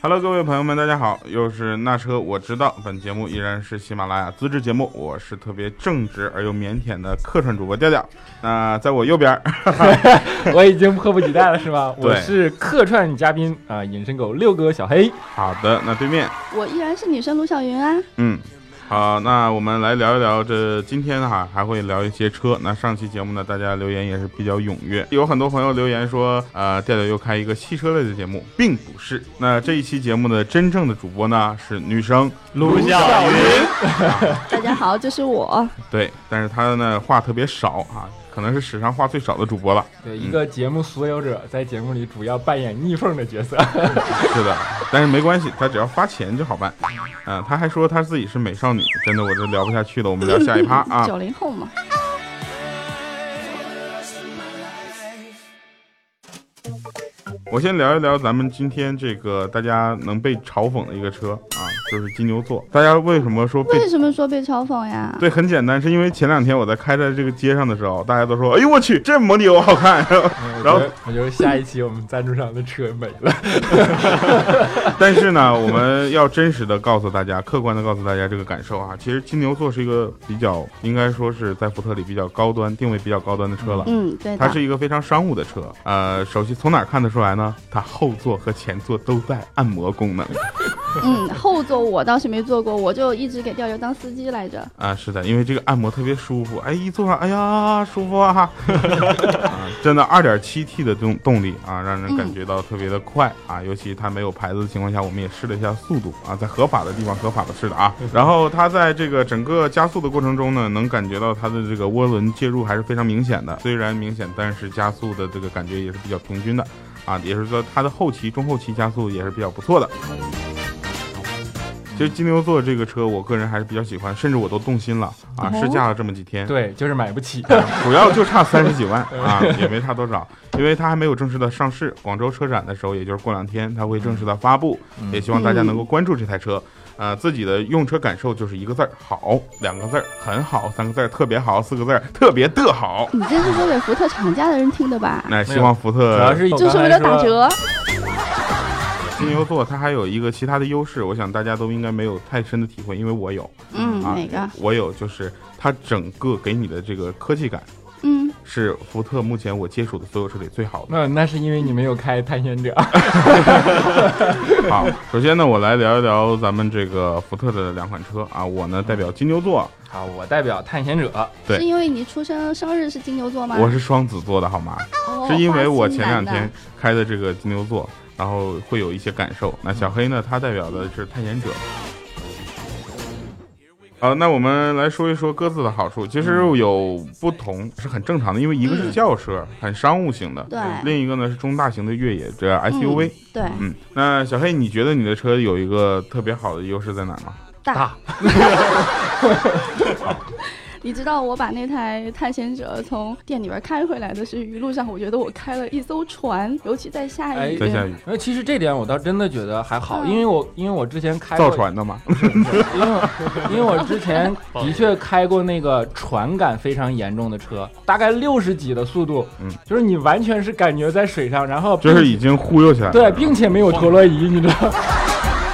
Hello，各位朋友们，大家好，又是那车我知道，本节目依然是喜马拉雅自制节目，我是特别正直而又腼腆的客串主播调调。那、在我右边儿，我已经迫不及待了，是吧？对我是客串嘉宾啊，隐身狗六哥小黑。好的，那对面，我依然是女生卢小云啊，嗯，好，那我们来聊一聊这今天哈、还会聊一些车。那上期节目呢，大家留言也是比较踊跃，有很多朋友留言说，呃，调调又开一个汽车类的节目，并不是。那这一期节目的真正的主播呢是女生，卢小云，大家好，这是我。对，但是她呢话特别少啊，可能是史上话最少的主播了。对，一个节目所有者，在节目里主要扮演逆缝的角 色。是的，但是没关系，他只要花钱就好办。嗯、他还说他自己是美少女，真的我这聊不下去了，我们聊下一趴 啊。九零后嘛，我先聊一聊咱们今天这个大家能被嘲讽的一个车啊，就是金牛座。大家为什么说被为？什么说被嘲讽呀？对，很简单，是因为前两天我在开在这个街上的时候，大家都说：“哎呦我去，这摩的欧好看。 我然觉后得，我觉得下一期我们赞助商的车没了。”但是呢，我们要真实的告诉大家，客观的告诉大家这个感受啊。其实金牛座是一个比较，应该说是在福特里比较高端、定位比较高端的车了。嗯，对它的是。一个非常商务的车，呃，首先从哪儿看得出来呢？它后座和前座都带按摩功能啊、嗯，后座我倒是没坐过，我就一直给调调当司机来着。啊是的，因为这个按摩特别舒服，哎，一坐上，哎呀，舒服啊！ 啊真的，二点七 T 的动动力啊，让人感觉到特别的快啊，尤其它没有牌子的情况下，我们也试了一下速度啊，在合法的地方合法的试的啊。然后它在这个整个加速的过程中呢，能感觉到它的这个涡轮介入还是非常明显的，虽然明显，但是加速的这个感觉也是比较平均的。啊，也是说它的后期、中后期加速也是比较不错的。其实金牛座这个车，我个人还是比较喜欢，甚至我都动心了啊！哦试驾了这么几天， 对，就是买不起。主要就差三十几 万啊，也没差多少，因为它还没有正式的上市。广州车展的时候，也就是过两天，它会正式的发布，嗯也希望大家能够关注这台车。呃，自己的用车感受就是一个字儿好，两个字儿很好，三个字儿特别好，四个字儿特别的好。你这是说给福特厂家的人听的吧？那希望福特主要是就是为了打折。金牛座它还有一个其他的优势，我想大家都应该没有太深的体会，因为我有，嗯，啊哪个？我有，就是它整个给你的这个科技感嗯，是福特目前我接触的所有车里最好的。那那是因为你没有开探险者。好，首先呢，我来聊一聊咱们这个福特的两款车啊，我呢代表金牛座， 好，我代表探险者。对是因为你出生生日是金牛座吗？我是双子座的好吗？哦是因为我前两。花心男天的开的这个金牛座，然后会有一些感受。嗯那小黑呢，他代表的是探险者。好，那我们来说一说各自的好处。其实有不同是很正常的，因为一个是轿车，很商务型的；嗯对另一个呢是中大型的越野，这 SUV。对嗯，那小黑，你觉得你的车有一个特别好的优势在哪儿吗？大大。你知道我把那台探险者从店里边开回来的是一路上，我觉得我开了一艘船，尤其在下哎雨。在下雨那其实这点我倒真的觉得还嗯好，因为我因为我之前开过造船的吗？ 因为我 因为我之前的确开过那个船感非常严重的车，大概六十几的速度，嗯就是你完全是感觉在水上，然后并就是已经忽悠起来了。对，并且没有陀螺仪，你知道。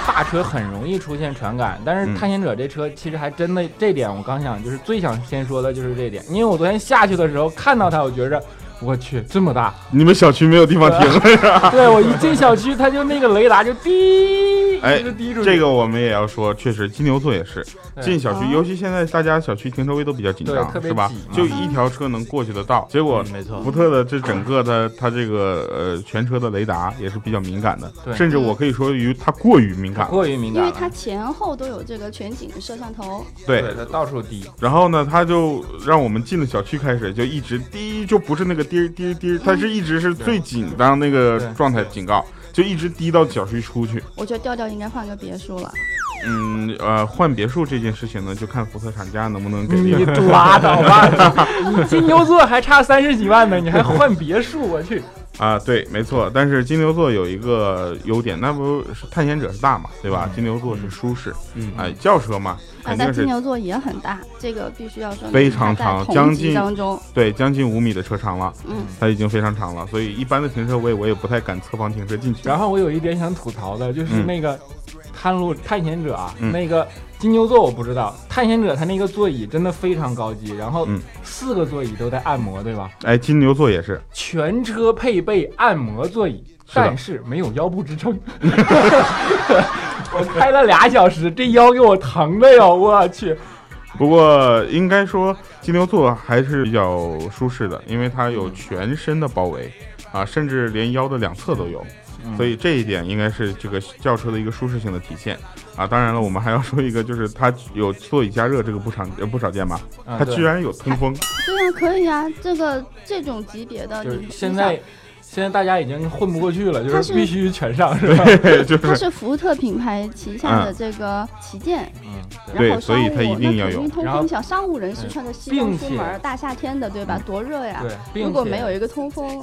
大车很容易出现传感，但是嗯探险者这车其实还真的这点，我刚想就是最想先说的就是这点，因为我昨天下去的时候看到它，我觉着我去这 么大，你们小区没有地方停。对我一进小区，它就那个雷达就滴，哎一直滴出去。这个我们也要说，确实金牛座也是对嗯进小区，哦尤其现在大家小区停车位都比较紧对张，特别是吧挤？嘛就一条车能过去的道。结果嗯没错福特的这整个它它这个呃全车的雷达也是比较敏感的，对甚至我可以说于它过于敏感。过于敏因感了，为它前后都有这个全景摄像头，对，它到处滴。然后呢，它就让我们进了小区开始就一直滴，就不是那个滴儿滴儿滴儿，它是一直是最紧张那个嗯对状态警告，就一直滴到小区出去。我觉得调调应该换个别墅了。嗯，呃，换别墅这件事情呢，就看福特厂家能不能给你 力。 拉倒吧！你金牛座还差三十几万呢，你还换别墅？我去，啊，对，没错。但是金牛座有一个优点，那不是探险者是大嘛，对吧？金牛座是舒适，嗯哎，轿车嘛，啊，肯但定金是牛座也很大，这个必须要说明非常它在长将同级近当中，对将近五米的车长了，嗯，它已经非常长了，所以一般的停车位我也不太敢侧方停车进去。然后我有一点想吐槽的，就是嗯那个探路探险者啊，嗯那个金牛座我不知道，探险者他那个座椅真的非常高级，然后嗯四个座椅都带按摩，对吧？哎，金牛座也是，全车配备按摩座椅，是的但是没有腰部 支撑。我开了俩小时，这腰给我疼的哟，我去。不过应该说金牛座还是比较舒适的，因为它有全身的包围，啊，甚至连腰的两侧都有，所以这一点应该是这个轿车的一个舒适性的体现啊。当然了，我们还要说一个，就是它有座椅加热，这个不常呃不少见吧？嗯，它对居然有通风，对啊，可以啊，这个这种级别的，就你是你现想在，现在大家已经混不过去了，就它是是必须全上，是吧？就它是是福特品牌旗下的这个旗舰，嗯，对对然后所商以务它一定要有那肯定通然后风，想商务人士嗯穿着西装并出且嗯门，大夏天的对吧？多热呀！对，啊并如果且没有一个通风，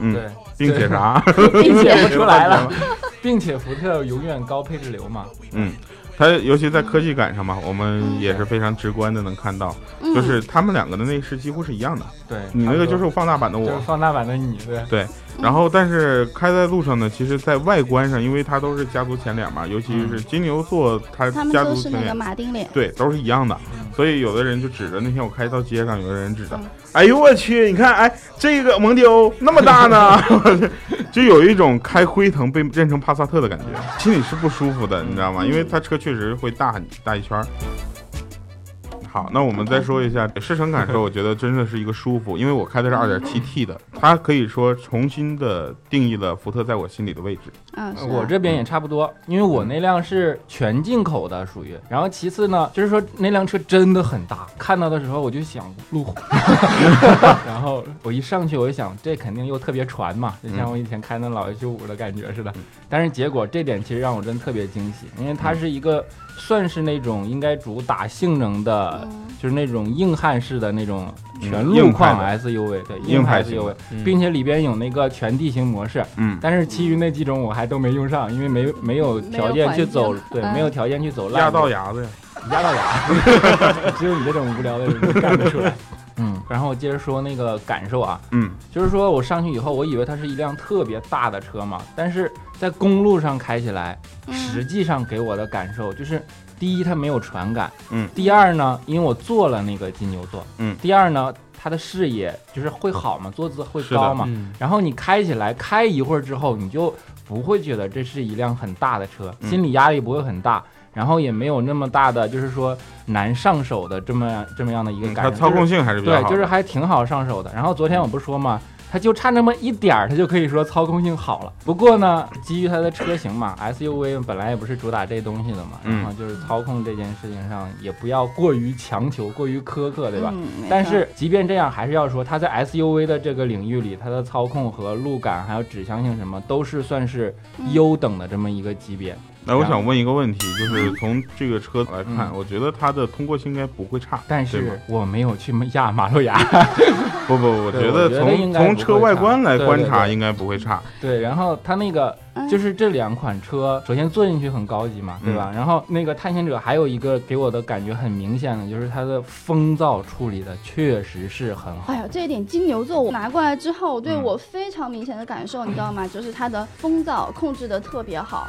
嗯，对，并且啥， 并且并不出来了， 并且福特永远高配置流嘛，嗯。它尤其在科技感上嘛，我们也是非常直观的能看到，嗯，就是他们两个的内饰几乎是一样的。对，你那个就差是放大版的不我，多就是放大版的你，对，然后，但是开在路上呢，其实，在外观上，因为它都是家族前脸嘛，尤其是金牛座，它他们家都族是前那个脸，马丁脸，对，都是一样的嗯。所以有的人就指着，那天我开到街上，有的人指着嗯，哎呦我去，你看，哎，这个蒙迪欧那么大呢，就有一种开辉腾被认成帕萨特的感觉，心里是不舒服的，你知道吗？因为它车确实会大很大一圈儿。好，那我们再说一下试乘感受，我觉得真的是一个舒服，因为我开的是二点七 T 的，它可以说重新的定义了福特在我心里的位置。嗯，是啊我这边也差不多，因为嗯我那辆是全进口的，属于。然后其次呢，就是说那辆车真的很大，看到的时候我就想 路虎， 然后我一上去我就想这肯定又特别传嘛，就嗯像我以前开那老 H 五的感觉似的。但是结果这点其实让我真特别惊喜，因为嗯它是一个算是那种应该主打性能的，嗯就是那种硬汉式的那种全嗯路硬派况的 SUV，对，硬硬派派型 SUV，嗯并且里边有那个全地形模式。嗯，但是其余那几种我还都没用上，因为没没有条件去走没有，环对境，嗯没有条件去走烂压路到牙子呀，压到牙， 只有你这种无聊的人干得出 来。嗯，然后我接着说那个感受啊，嗯，就是说我上去以后，我以为它是一辆特别大的车嘛，但是在公路上开起来，嗯实际上给我的感受就是，第一它没有传感，嗯第二呢，因为我坐了那个金牛座，嗯第二呢，它的视野就是会好嘛，坐姿会是的高嘛，嗯然后你开起来，开一会儿之后，你就不会觉得这是一辆很大的车，嗯心理压力不会很大，然后也没有那么大的就是说难上手的这么这么样的一个嗯感觉。它操控性还是比就是较好对，的。就是还挺好上手的。然后昨天我不是说嘛，它就差那么一点儿，它就可以说操控性好了。不过呢，基于它的车型嘛，SUV 本来也不是主打这东西的嘛，嗯然后就是操控这件事情上也不要过于强求、过于苛刻，对吧？嗯没但错是即便这样，还是要说它在 SUV 的这个领域里，它的操控和路感还有指向性什么，都是算是优等的这么一个级别。那我想问一个问题，就是从这个车来看，嗯我觉得它的通过性应该不会差，但对吗是我没有去压马 路牙，不不，我觉对我觉得从应该不从会车外观来差观对对察，对应该不会差。对，然后它那个就是这两款车，首先坐进去很高级嗯嘛，对吧？然后那个探险者还有一个给我的感觉很明显的就是它的风噪处理的确实是很好哎，呀，这一点金牛座我拿过来之后，对嗯我非常明显的感受，你知道吗？就是它的风噪控制的特别好。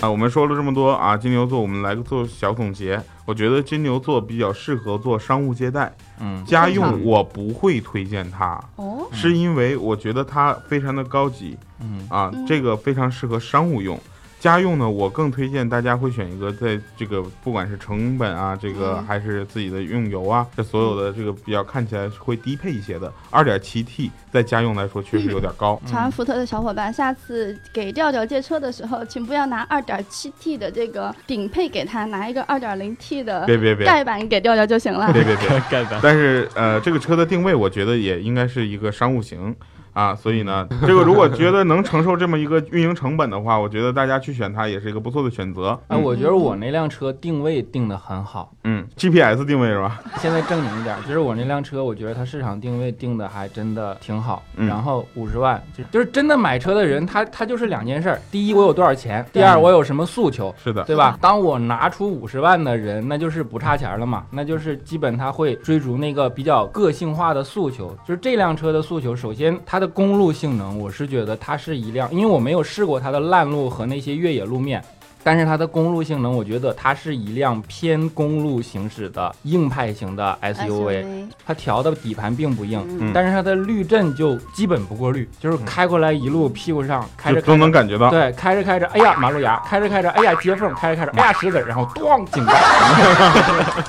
啊，我们说了这么多啊，金牛座，我们来个做小总结。我觉得金牛座比较适合做商务接待，嗯，家用嗯我不会推荐它，哦，是因为我觉得它非常的高级嗯啊，嗯这个非常适合商务用。家用呢，我更推荐大家会选一个，在这个不管是成本啊，这个嗯还是自己的用油啊，这所有的这个比较看起来会低配一些的。二点七 T 在家用来说确实有点高，长安福特的小伙伴，下次给调调借车的时候，请不要拿 2.7T 的这个顶配给他，拿一个 2.0T 的别别别盖板给调调就行了。别别别，盖板但是呃，这个车的定位我觉得也应该是一个商务型。啊，所以呢，嗯这个如果觉得能承受这么一个运营成本的话，我觉得大家去选它也是一个不错的选择。哎，嗯我觉得我那辆车定位定的很好。嗯，GPS 定位是吧？现在正经一点，就是我那辆车，我觉得它市场定位定的还真的挺好。嗯然后五十万，就就是真的买车的人，他他就是两件事儿：第一，我有多少钱；第二，我有什么诉求。是的，对吧？当我拿出五十万的人，那就是不差钱了嘛，那就是基本他会追逐那个比较个性化的诉求，就是这辆车的诉求。首先，它的公路性能，我是觉得它是一辆，因为我没有试过它的烂路和那些越野路面。但是它的公路性能，我觉得它是一辆偏公路行驶的硬派型的哎 SUV，它调的底盘并不硬，嗯但是它的滤震就基本不过滤，就是开过来一路屁股上开就着都能感觉到。对，开着开着，哎呀，马路牙；开着开着，哎呀，接缝；开着开着，哎呀，石子儿；然后咣，井盖。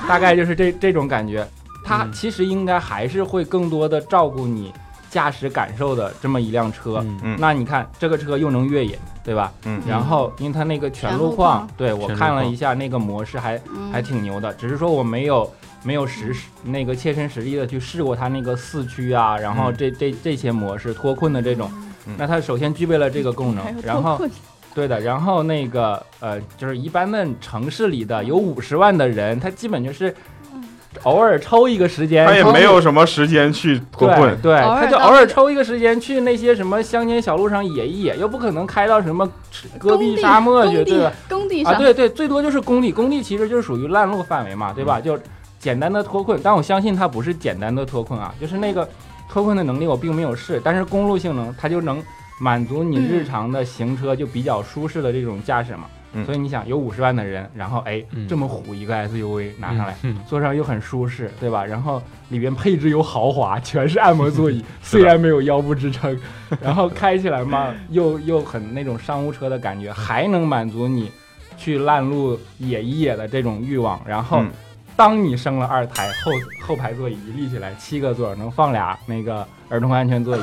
大概就是这这种感觉。它嗯其实应该还是会更多的照顾你驾驶感受的这么一辆车。嗯嗯那你看这个车又能越野，对吧？嗯然后因为它那个全路全路况况，对我全路看了况一下那个模式还嗯还挺牛的，只是说我没有没有实时那个切身实地的去试过它那个四驱啊，然后嗯这这这些模式脱困的这种嗯。那它首先具备了这个功还能，有然脱后困对的，然后那个呃，就是一般的城市里的有五十万的人，他基本就是嗯偶尔抽一个时间，他也抽没有什么时间去脱对困。对，偶尔他就到偶尔那个抽一个时间去那些什么乡间小路上野一野，又不可能开到什么戈壁沙漠去，工地对吧？工地啊，上，对对，最多就是工地，工地其实就是属于烂路范围嘛，对吧？就简单的脱困，但我相信它不是简单的脱困啊，就是那个脱困的能力我并没有试，但是公路性能它就能满足你嗯日常的行车就比较舒适的这种驾驶嘛。嗯所以你想，有五十万的人，然后哎嗯，这么虎一个 SUV 拿上来。嗯，嗯坐上又很舒适，对吧？然后里边配置又豪华， 全是按摩 座椅，虽然没有腰部支撑，然后开起来 嘛，又又很那种商务车的感嗯觉，还能满足你去烂路野一野的这种欲望。然后嗯，当你生了二胎，后后排座椅一立起来，七个座儿能放俩那个儿童安全 座椅。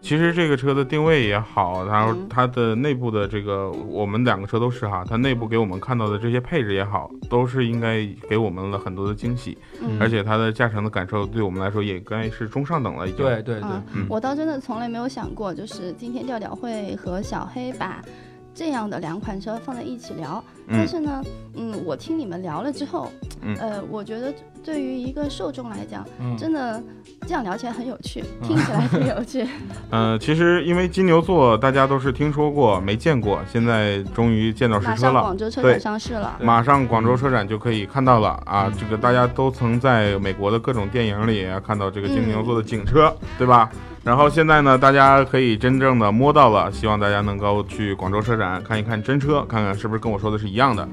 其实这个车的定位也好，然后嗯它的内部的这个，我们两个车都是哈，它内部给我们看到的这些配置也好，都是应该给我们了很多的惊喜，嗯而且它的驾乘的感受对我们来说也应该是中上等了，已经。对对对，嗯嗯我倒真的从来没有想过，就是今天调调会和小黑把这样的两款车放在一起聊。但嗯是呢，嗯，我听你们聊了之后，嗯呃，我觉得对于一个受众来讲，嗯，真的这样聊起来很有趣，嗯听起来很 有趣。呃，其实因为金牛座大家都是听说过没见过，现在终于见到实马车上了。广州车对展上市了，马上广州车展就可以看到了啊！这个大家都曾在美国的各种电影里啊看到这个金牛座的警车，对吧？然后现在呢，大家可以真正的摸到了，希望大家能够去广州车展看一看真车，看看是不是跟我说的是一样的。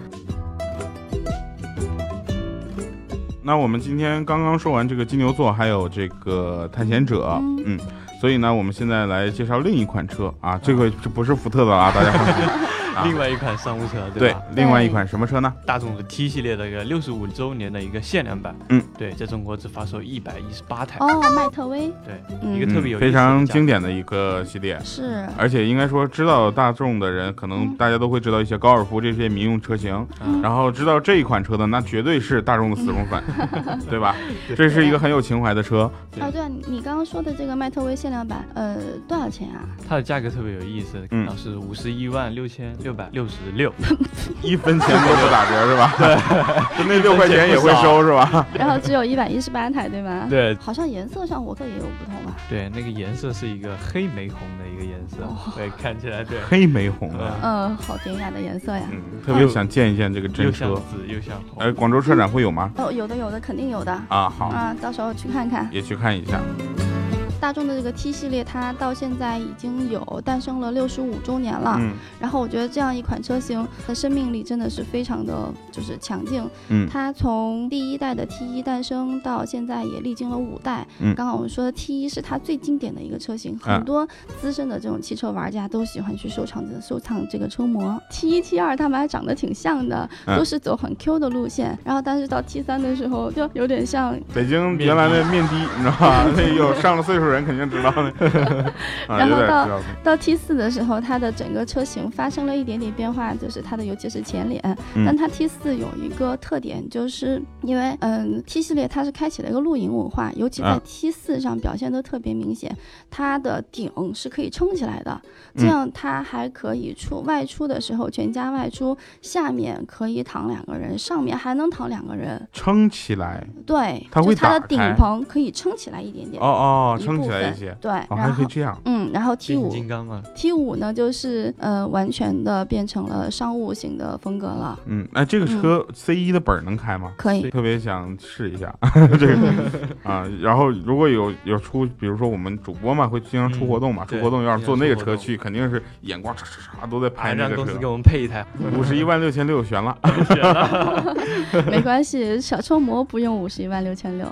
那我们今天刚刚说完这个金牛座，还有这个探险者，嗯嗯，所以呢，我们现在来介绍另一款车啊，这个这不是福特的啊，大家放心。啊另外一款商务车， 对吧？，另外一款什么车呢？大众的 T 系列的一个六十五周年的一个限量版，嗯，对，在中国只发售一百一十八台，哦，迈特威，对，一个嗯，特别有意思非的常价格经典的一个系列，是，而且应该说知道大众的人，可能嗯大家都会知道一些高尔夫这些民用车型，嗯然后知道这一款车的，那绝对是大众的死忠粉， 对吧？这是一个很有情怀的车，对啊，对啊，你你刚刚说的这个迈特威限量版，呃，多少钱啊？它的价格特别有意思，嗯然后是五十一万六千六百六十 六，一分钱都不打折是吧？ 对，就那六块钱也会收是吧？然后只有一百一十八台，对吧？对好像颜色上我看也有不同吧？对，那个颜色是一个黑玫红的一个颜色，对，看起来对， 黑玫红啊的，嗯嗯，好典雅的颜色呀。嗯，特别想见一见这个 真又像车。紫又像红，哎，广州车展会有吗？哦，有的有的，肯定有的。啊，好，啊，到时候去看看。也去看一下。大众的这个 T 系列，它到现在已经有诞生了六十五周年了。嗯然后我觉得这样一款车型的生命力真的是非常的就是强劲。嗯它从第一代的 T 一诞生到现在也历经了五代。嗯刚刚我们说的 T 一是它最经典的一个车型，嗯很多资深的这种汽车玩家都喜欢去收藏这收藏这个车模。T 一 T 二它们还长得挺像的，嗯都是走很 Q 的路线。然后但是到 T 三的时候就有点像 北京原来的面的，你知道吧？那有上了岁数术人肯定知道的，啊，然有后点到知道的。到 T 四的时候，它的整个车型发生了一点点变化，就是它的尤其是前脸。嗯但它 T 四有一个特点，就是因为嗯 T 系列它是开启了一个露营文化，尤其在啊 T 四上表现的特别明显，它的顶是可以撑起来的，嗯这样它还可以出外出的时候全家外出，下面可以躺两个人，上面还能躺两个人，撑起来，对，它就会是它打的顶开棚可以撑起来一点点，哦哦，一撑部起来一分些，对，哦，还然可以后。这样，嗯，然后 T 变形五金刚嘛， T 五呢，就是呃，完全的变成了商务型的风格了，嗯，哎，这个车 C 一的本儿能开吗？可以。特别想试一下这个啊，然后如果有有出，比如说我们主播嘛，会经常出活动嘛，嗯对出活动要是坐那个经常出车活动去，肯定是眼光唰唰唰都在啊拍那让个公司给车，我们配一台，五十一万六千六悬了，嗯没关系，小车模不用五十一万六千六。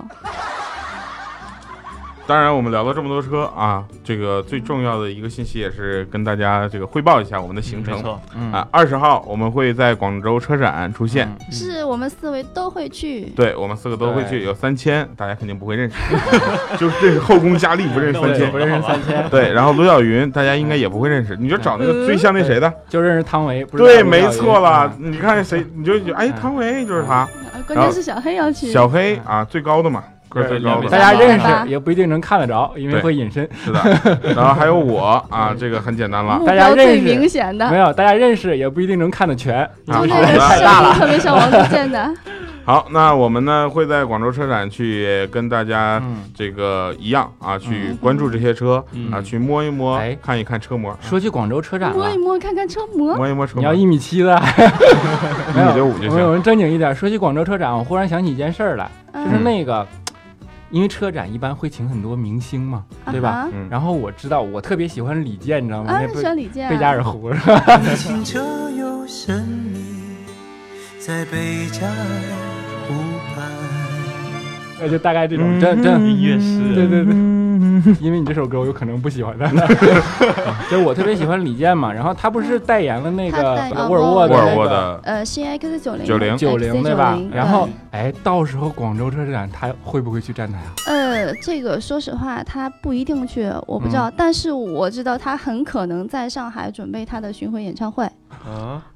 当然，我们聊了这么多车啊，这个最重要的一个信息也是跟大家这个汇报一下我们的行没程、错，嗯啊。二十号我们会在广州车展出现，嗯是我们四位都会去，对我们四个都会去，对有三千，大家肯定不会认 识， 就是这个后宫佳丽不认识三对，千不。认识三千，对，然后罗小云大家应该也不会认识，你就找那个最像那谁的，就认识汤唯，不知道对，有没有啊没错印了象。你看谁，你就哎，嗯汤唯就是他，呃关键是小黑要去。小黑啊，最高的嘛，个儿最高的对大，家认好吧识也不一定能看得着，因为对会隐身。是的。然后还有我啊，这个很简单了目，大家标最认识明显的没，有，大家认识也不一定能看得全，因啊就为那好个的太大像了。特别像王自健的， 好，那我们呢会在广州车展去跟大家嗯，这个一样啊，去嗯关注这些车啊，嗯去摸一摸哎，看一看车模，说起广州车展摸了一。摸看看车模。摸一摸车你模，要一一米七的，没米有六五就我们我行。们正经一点。说起广州车展，我忽然想起一件事儿来，就是嗯，那个，因为车展一般会请很多明星嘛，对吧？啊哈？嗯然后我知道，我特别喜欢李健，你知道吗？啊，那选李健啊，贝加尔湖是吧清澈又神秘，在贝加尔湖畔。 那就大概这嗯种，这这 音乐师嗯对对对，因为你这首歌我有可能不 喜欢它，就是我特别喜欢李健嘛，然后他不是代言了那他个代言沃尔沃沃的尔沃那个的，呃，新 X 九零90嗯九零对吧？然后对哎，到时候广州车展他会不会去站台啊？呃，这个说实话，他不一定去，我不知嗯道，但是我知道他很可能在上海准备他的巡回演唱会。啊，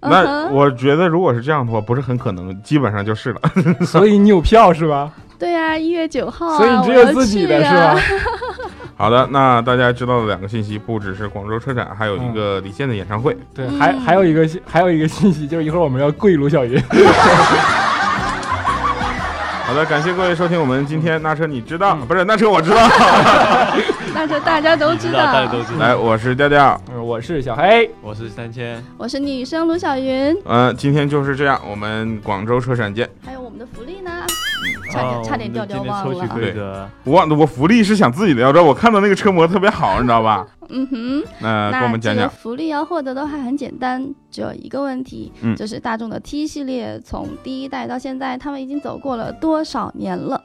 嗯那哼，我觉得如果是这样的话，不是很可能，基本上就是 了。 所以你有票是吧？对呀、1一月九号、啊，所以你只我有要自己去的是啊吧？？好的，那大家知道的两个信息，不只是广州车展，还有一个李健的演唱会。对，嗯还还有一个信还有一个信息就是一会儿我们要跪卢晓云， 好的，感谢各位收听我们今天那车你知道嗯不是那车我知道。 那这大家都知知道 大家都嗯知 道，来，我是调调，呃我是小黑，我是三千，我是女生卢晓云，嗯，今天就是这样，我们广州车展见。还有我们的福利呢，差点哦差点调调我们忘今天抽取了。规则，我我福利是想自己聊着，我看到那个车模特别好，你知道吧？嗯哼，啊那给我 那们这讲个讲，福利要获得的话很简单，只有一个问题，嗯就是大众的 T 系列从第一代到现在，他们已经走过了多少年了？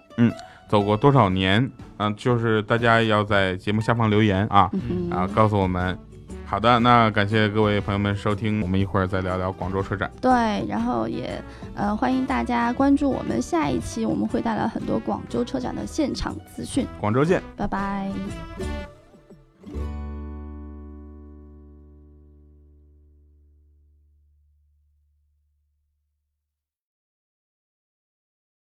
走过多少年？嗯、就是大家要在节目下方留言啊嗯啊，哼，告诉我们。好的，那感谢各位朋友们收听，我们一会儿再聊聊广州车展。对，然后也呃欢迎大家关注我们下一期，我们会带来很多广州车展的现场资讯。广州见。拜拜。